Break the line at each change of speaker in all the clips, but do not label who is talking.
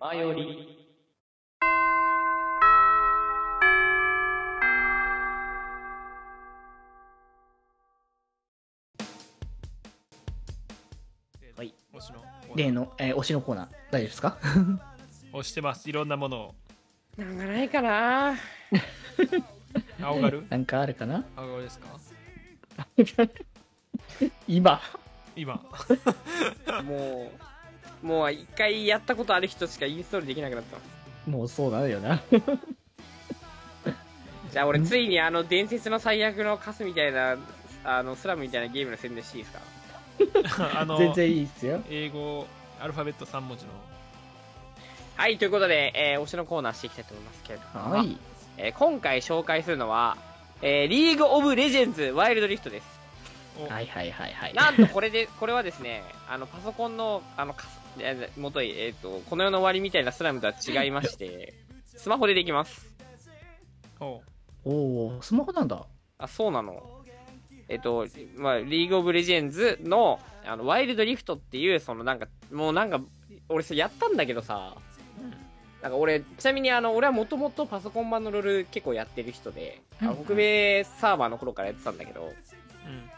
前より。
はい。
推しの
例の、えー推しのコーナー、大丈夫ですか
推してますいろんなものを
なんかないかな
青がる
なんかあるかな
青がるですか
今。
今
もうもう一回やったことある人しかインストールできなくなった
もうそうなのよな。
じゃあ俺ついにあの伝説の最悪のカスみたいなあのスラムみたいなゲームの宣伝していいですか
あの
全然いいっすよ。
英語アルファベット3文字の
はいということで、えー推しのコーナーしていきたいと思いますけれども、
はい。
えー今回紹介するのは、えーリーグ・オブ・レジェンズ・ワイルドリフトです
お
はいはいはいはい。
なんとこれで、 これはですね、あの、パソコンの、あの、かすいやもとい、えっ、と、この世の終わりみたいなスラムとは違いまして、スマホでできます。
お
おお、スマホなんだ。
あ、そうなの。えっ、と、まあ、リーグオブレジェンズの、あの、ワイルドリフトっていう、そのなんか、もうなんか、俺さ、やったんだけどさ、なんか俺、ちなみにあの、俺はもともとパソコン版のロール結構やってる人で、あの北米サーバーの頃からやってたんだけど、
うん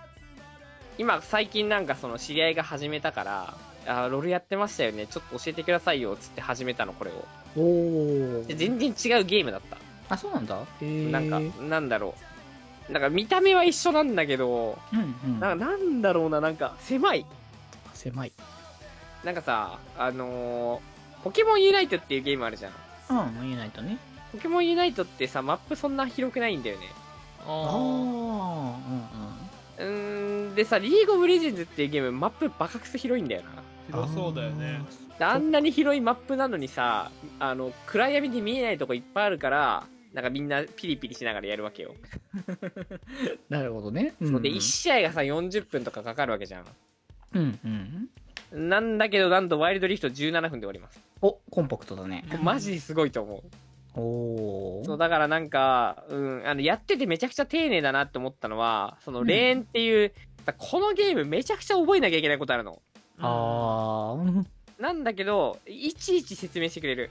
今最近なんかその知り合いが始めたから、あーロールやってましたよね、ちょっと教えてくださいよ、つって始めたの、これを。
おお。
で、全然違うゲームだった。
あ、そうなんだ。へえ。
なんか
うん、
なんだろう。なんか見た目は一緒なんだけど、
うん。
なんかなんだろうな、なんか狭い。
狭い。
なんかさ、あのーポケモンユナイトっていうゲームあるじゃん。
うん、言えないとね。
ポケモンユナイトってさ、マップそんな広くないんだよね。
ああ、う
お
んう
う
ん。
ーん、でさ、リーグオブレジェンズっていうゲーム、マップバカクソ広いんだよな。
広そうだよね
であんなに広いマップなのにさあの暗闇で見えないとこいっぱいあるからなんかみんなピリピリしながらやるわけよ、
なるほどね。
そうで
うん
1試合がさ40分とかかかるわけじゃ
うんうん。
んなんだけどなんとワイルドリフト17分で終わります
お、コンパクトだね。
マジですごいと思
お
う
お。
そうだからなんか、うん、あのやっててめちゃくちゃ丁寧だなって思ったのはそのレーンっていう、だこのゲームめちゃくちゃ覚えなきゃいけないことあるの
ああ、うん
なんだけどいちいち説明してくれる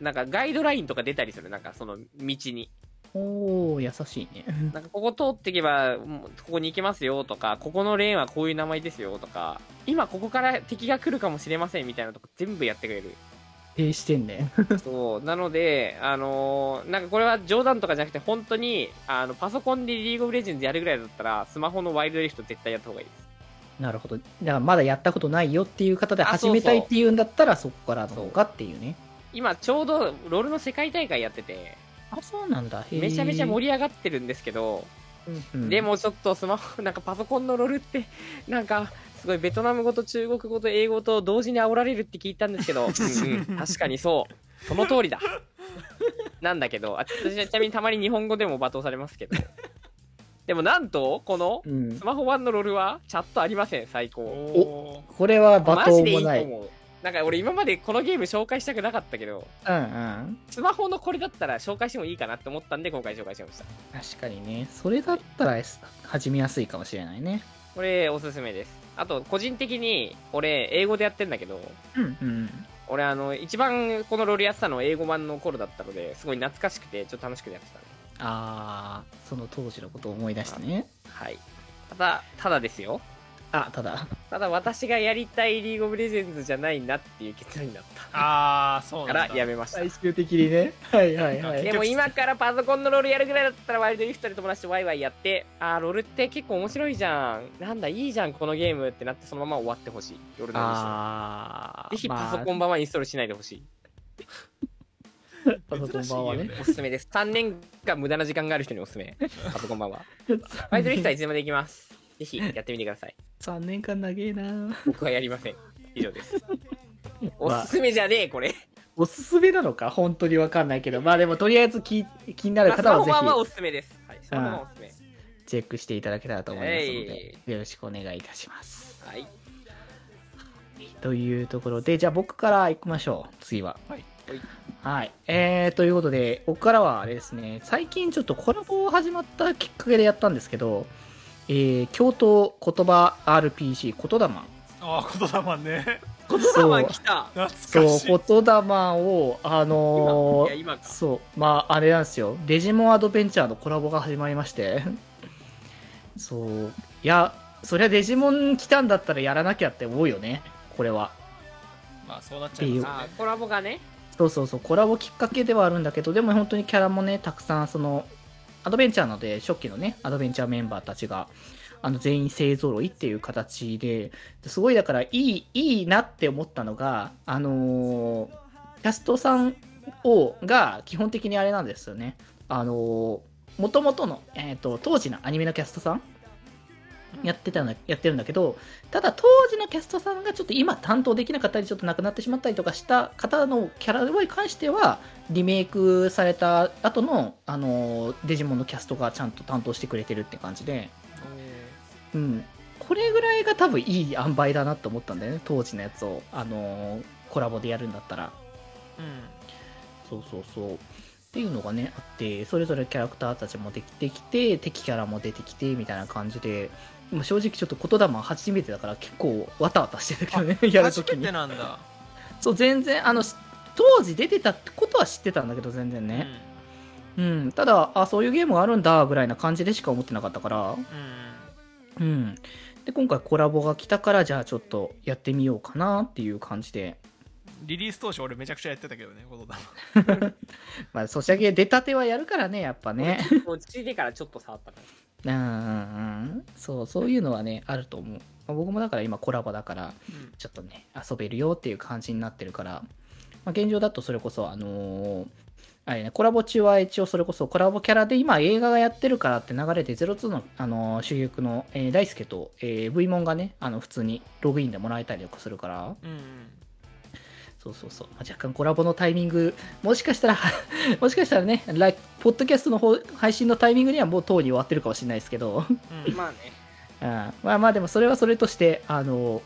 なんかガイドラインとか出たりするなんかその道に
おお、優しいね。
なんかここ通っていけば、もうここに行けますよとか、ここのレーンはこういう名前ですよとか、今ここから敵が来るかもしれませんみたいなとこ全部やってくれる。
停止してんね。
そう。なので、あのーなんかこれは冗談とかじゃなくて、本当に、あの、パソコンでリーグオブレジェンズやるぐらいだったら、スマホのワイルドリフト絶対やった方がいいです。
なるほど。だからまだやったことないよっていう方で
あ
始
そうそう
めたいっていうんだったらそこからの方がっていうね。
今ちょうどロールの世界大会やってて、
あ、そうなんだ。へー
めちゃめちゃ盛り上がってるんですけど、
うん
でもちょっとスマホ、なんかパソコンのロールって、 なんか、すごいベトナム語と中国語と英語と同時に煽られるって聞いたんです けど、うんうん、確かにそう。その通りだ。 なんだけど、あ私はちなみにたまに日本語でも罵倒されますけど。でもなんと、この
うん
スマホ版のロールはチャットありません、最
お
高。
お
これは罵
マジ
倒
でい
も
いと
ない。
思う。なんか俺今までこのゲーム紹介したくなかったけど、
うんうん。
スマホのこれだったら紹介してもいいかなって思ったんで今回紹介しました。
確かにね。それだったら始めやすいかもしれないね。
これおすすめです。あと、個人的に俺英語でやってんだけど、
うんうん。
俺あの一番このロールやってたのは英語版の頃だったのですごい懐かしくてちょっと楽しくやってたね
あー、その当時のことを思い出してね。
はいただただですよ
あ、ただ。
ただ私がやりたいリーグオブレジェンズじゃないなっていう結論になっ
ああそう
た
な
か
んだ
らやめました
終的にね。 はいはいは
で
い。
も今からパソコンのロールやるぐらいだったらワイルドリフトで友達とワイワイやってあーロールって結構面白いじゃんなんだいいじゃんこのゲームってなってそのまま終わってほしい夜の印
あ
象ぜひパソコ
ン、
ン版はインストールしないでほしい、
パソコ
珍
ン
しい
版
よ
は
ね
ね。
おすすめです3年間無駄な時間がある人におすすめパソコン版はワイルドリフ トはいつでもできますぜひやってみてください
3年間長えな
僕はやりません。以上です。お
まあ
すすめじゃねえ、これ。
おすすめなのか本当にわかんないけど。まあでもとりあえず気気になる
まあスマ
方
ホ版は
は
お
ぜ
すすめです。はい、スマホ版はおすすめ。
ひチェックしていただけたらと思いますの
え
で、よろしくお願いいたします。
はい。
というところで、じゃあ僕から行きましょう。次は。
はい
はい。
はい。えー、ということで、ここからはあれですね、最近ちょっとコラボ始まったきっかけでやったんですけど、えー、京都言葉 RPG 言霊
ああ言霊ね
言霊来た
懐か
そう、
しい。
言霊を、あの
いや
ー
今か
そう、まあ、あれなんですよ。デジモンアドベンチャーのコラボが始まりまして。そう。いや、そりゃデジモン来たんだったらやらなきゃって思うよね。これは。
まあそうなっちゃいます
あ
ね
ーコラボがね
そうそうそう、コラボきっかけではあるんだけど、でも本当にキャラもね、たくさん、その、アドベンチャーなので、初期のね、アドベンチャーメンバーたちが、あの、全員勢揃いっていう形で、すごいだから、いい、いいなって思ったのが、あのーキャストさんを、が、基本的にあれなんですよね。あのー、元々の、えっ、と、当時のアニメのキャストさんやってたの、やってるんだけど、ただ当時のキャストさんがちょっと今担当できなかったりちょっとなくなってしまったりとかした方のキャラに関してはリメイクされた後のあのデジモンのキャストがちゃんと担当してくれてるって感じで、うん、これぐらいが多分いい塩梅だなと思ったんだよね当時のやつをあのコラボでやるんだったら
うん
そうそうそうっていうのがねあってそれぞれキャラクターたちもできてきて敵キャラも出てきてみたいな感じでまあ正直ちょっと言霊は初めてだから結構わたわたしてたけどね やると
初
き
め
に
てなんだ。
そう全然あのし当時出てたってことは知ってたんだけど全然ね、うんただあそういうゲームがあるんだぐらいな感じでしか思ってなかったから
うん。うん。
うんで今回コラボが来たからじゃあちょっとやってみようかなっていう感じで
リリース当初俺めちゃくちゃやってたけどね、ことだ。
まあソシャゲ出たてはやるからねやっぱね
落ち着いてからちょっと触ったか
うんうんうんそうそういうのはねあると思う、まあ僕もだから今コラボだから
うん
ちょっとね遊べるよっていう感じになってるから、まあ、現状だとそれこそあのーあれね、コラボ中は一応それこそコラボキャラで今映画がやってるからって流れで02の、あのー主役の、えー大輔と、えー、V モンがねあの普通にログインでもらえたりとかするから
うん
そうそうそう、まあ、若干コラボのタイミングもしかしたら もしかしたらね来ポッドキャストの方配信のタイミングにはもうとうに終わってるかもしれないですけど
うん。う
ら
ん。
まあね
うんまあまあでもそれはそれとしてあの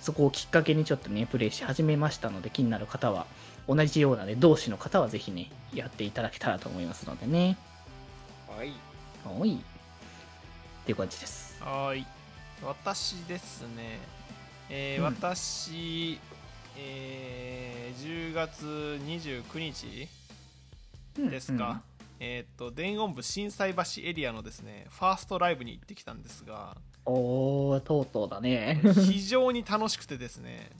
そこをきっかけにちょっとねプレイし始めましたので気になる方は同じようなね同士の方はぜひねやっていただけたらと思いますのでね
はい
おいっていう感じです
はーい。私ですね。えー
うん
私、えー10月29日ですか。えーっと、伝言部震災橋エリアのですね、ファーストライブに行ってきたんです が、
うんおーとうとうだね
非常に楽しくてですね、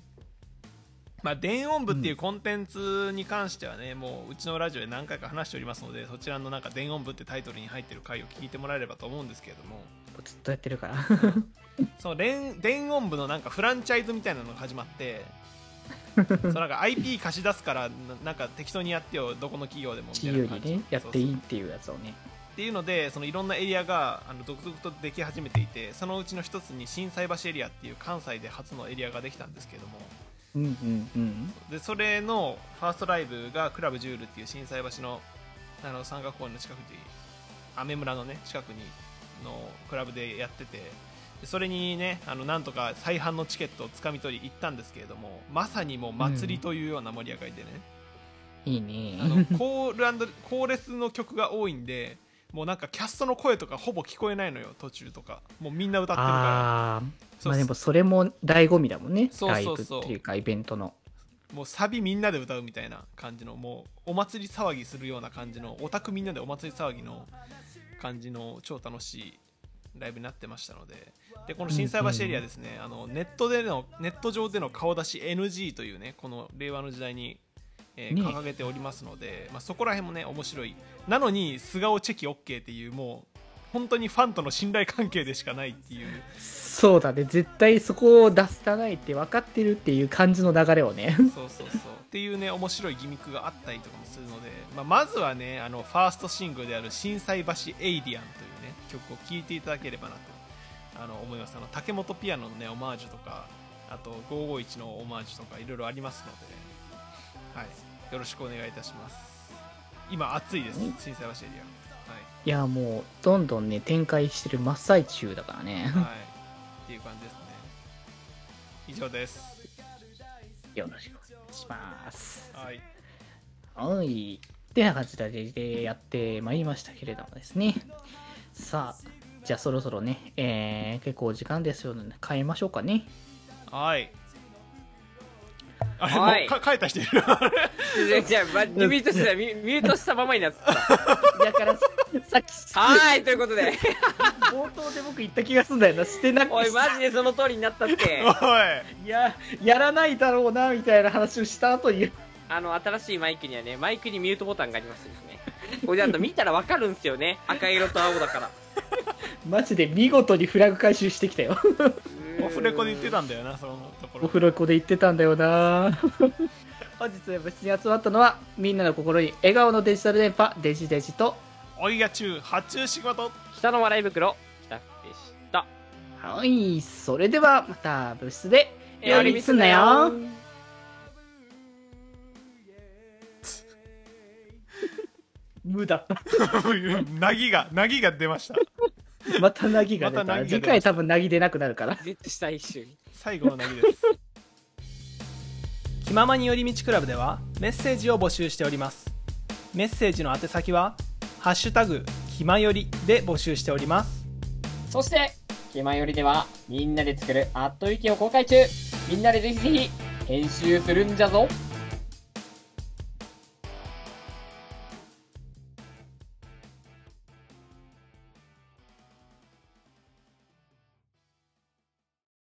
まあ、電音部っていうコンテンツに関してはね、もううちのラジオで何回か話しておりますので、そちらのなんか電音部ってタイトルに入ってる回を聞いてもらえればと思うんですけれども、
ずっとやってるから
その連電音部のなんかフランチャイズみたいなのが始 まって、そうなんか IP 貸し出すからななんか適当にやってよどこの企業でもみた
自
いな
由
感
に
じ
ねやってい
そう
い
そう
っていうやつをね
っていうのでそのいろんなエリアがあの続々とでき始めていてそのうちの一つに心斎橋エリアっていう関西で初のエリアができたんですけれども、
うんうんうん
でそれのファーストライブがクラブジュールっていう心斎橋のあの三角公園の近くに雨村のね近くにのクラブでやっててでそれにねあのなんとか再販のチケットをつかみ取り行ったんですけれどもまさにもう祭りというような盛り上がりでね、
いいね
あのコールアンドコーレスの曲が多いんでもうなんかキャストの声とかほぼ聞こえないのよ途中とかもうみんな歌ってるか
あー
らそう
まあでもそれも醍醐味だもんね
そう
ライ
そ
ブ
うそう
っていうかイベントの
もうサビみんなで歌うみたいな感じのもうお祭り騒ぎするような感じのオタクみんなでお祭り騒ぎの感じの超楽しいライブになってましたのででこの心斎橋エリアですね、あのネットでのネット上での顔出し NG というねこの令和の時代に、えー
ね
掲げておりますので、まあ、そこら辺もね面白いなのに素顔チェキ OK っていうもう本当にファンとの信頼関係でしかないっていう
そうだね絶対そこを出さないって分かってるっていう感じの流れをね
そうそうそうっていうね面白いギミックがあったりとかもするので、まあ、まずはねあのファーストシングルである「心斎橋エイディアン」というね曲を聴いていただければなとあの思いますあの竹本ピアノのねオマージュとかあと551のオマージュとかいろいろありますので、はい、よろしくお願いいたします今暑いです
はい
心斎橋エリアはい
いやもうどんどんね展開してる真っ最中だからね
はいっていう感じですね以上です
よろしくお願いします
はい
はいってな感じでやってまいりましたけれどもですねさあじゃあそろそろね、えー、結構時間ですよので帰りましょうかね
はいあれ、
はい
もうか変えた人いるな
じゃあじゃあ、まミュート した、ミュミュートしたままになってた。
だから、さっき、
はーい、ということで、
冒頭で僕言った気がするんだよな。してなく
おい、
し
マジでその通りになったって
お。い
いや、やらないだろうな、みたいな話をした後に、
あの、新しいマイクにはね、マイクにミュートボタンがありましてですね。これだと見たらわかるんですよね。赤色と青だから。
マジで見事にフラグ回収してき たよ。
オフレコで言ってたんだよなそのとこ
お
ろ
風呂子で言ってたんだよ な本日部室に集まったのはみんなの心に笑顔のデジタル電波デジデジと
おいや中発注仕事
北の笑い袋、北でした。
はいそれではまた部室で寄り道すんなよ無だ
なぎがなぎが出ました
またなぎが出た,、
また凪が出ました
次回多分なぎ出なくなるから
絶した一瞬。
最後のなぎです気ままに寄り道クラブではメッセージを募集しておりますメッセージの宛先は「ハッシュタグ気まより」で募集しております
そして、気まよりでは、みんなで作るアットウィキを公開中みんなでぜひぜひ、編集するんじゃぞ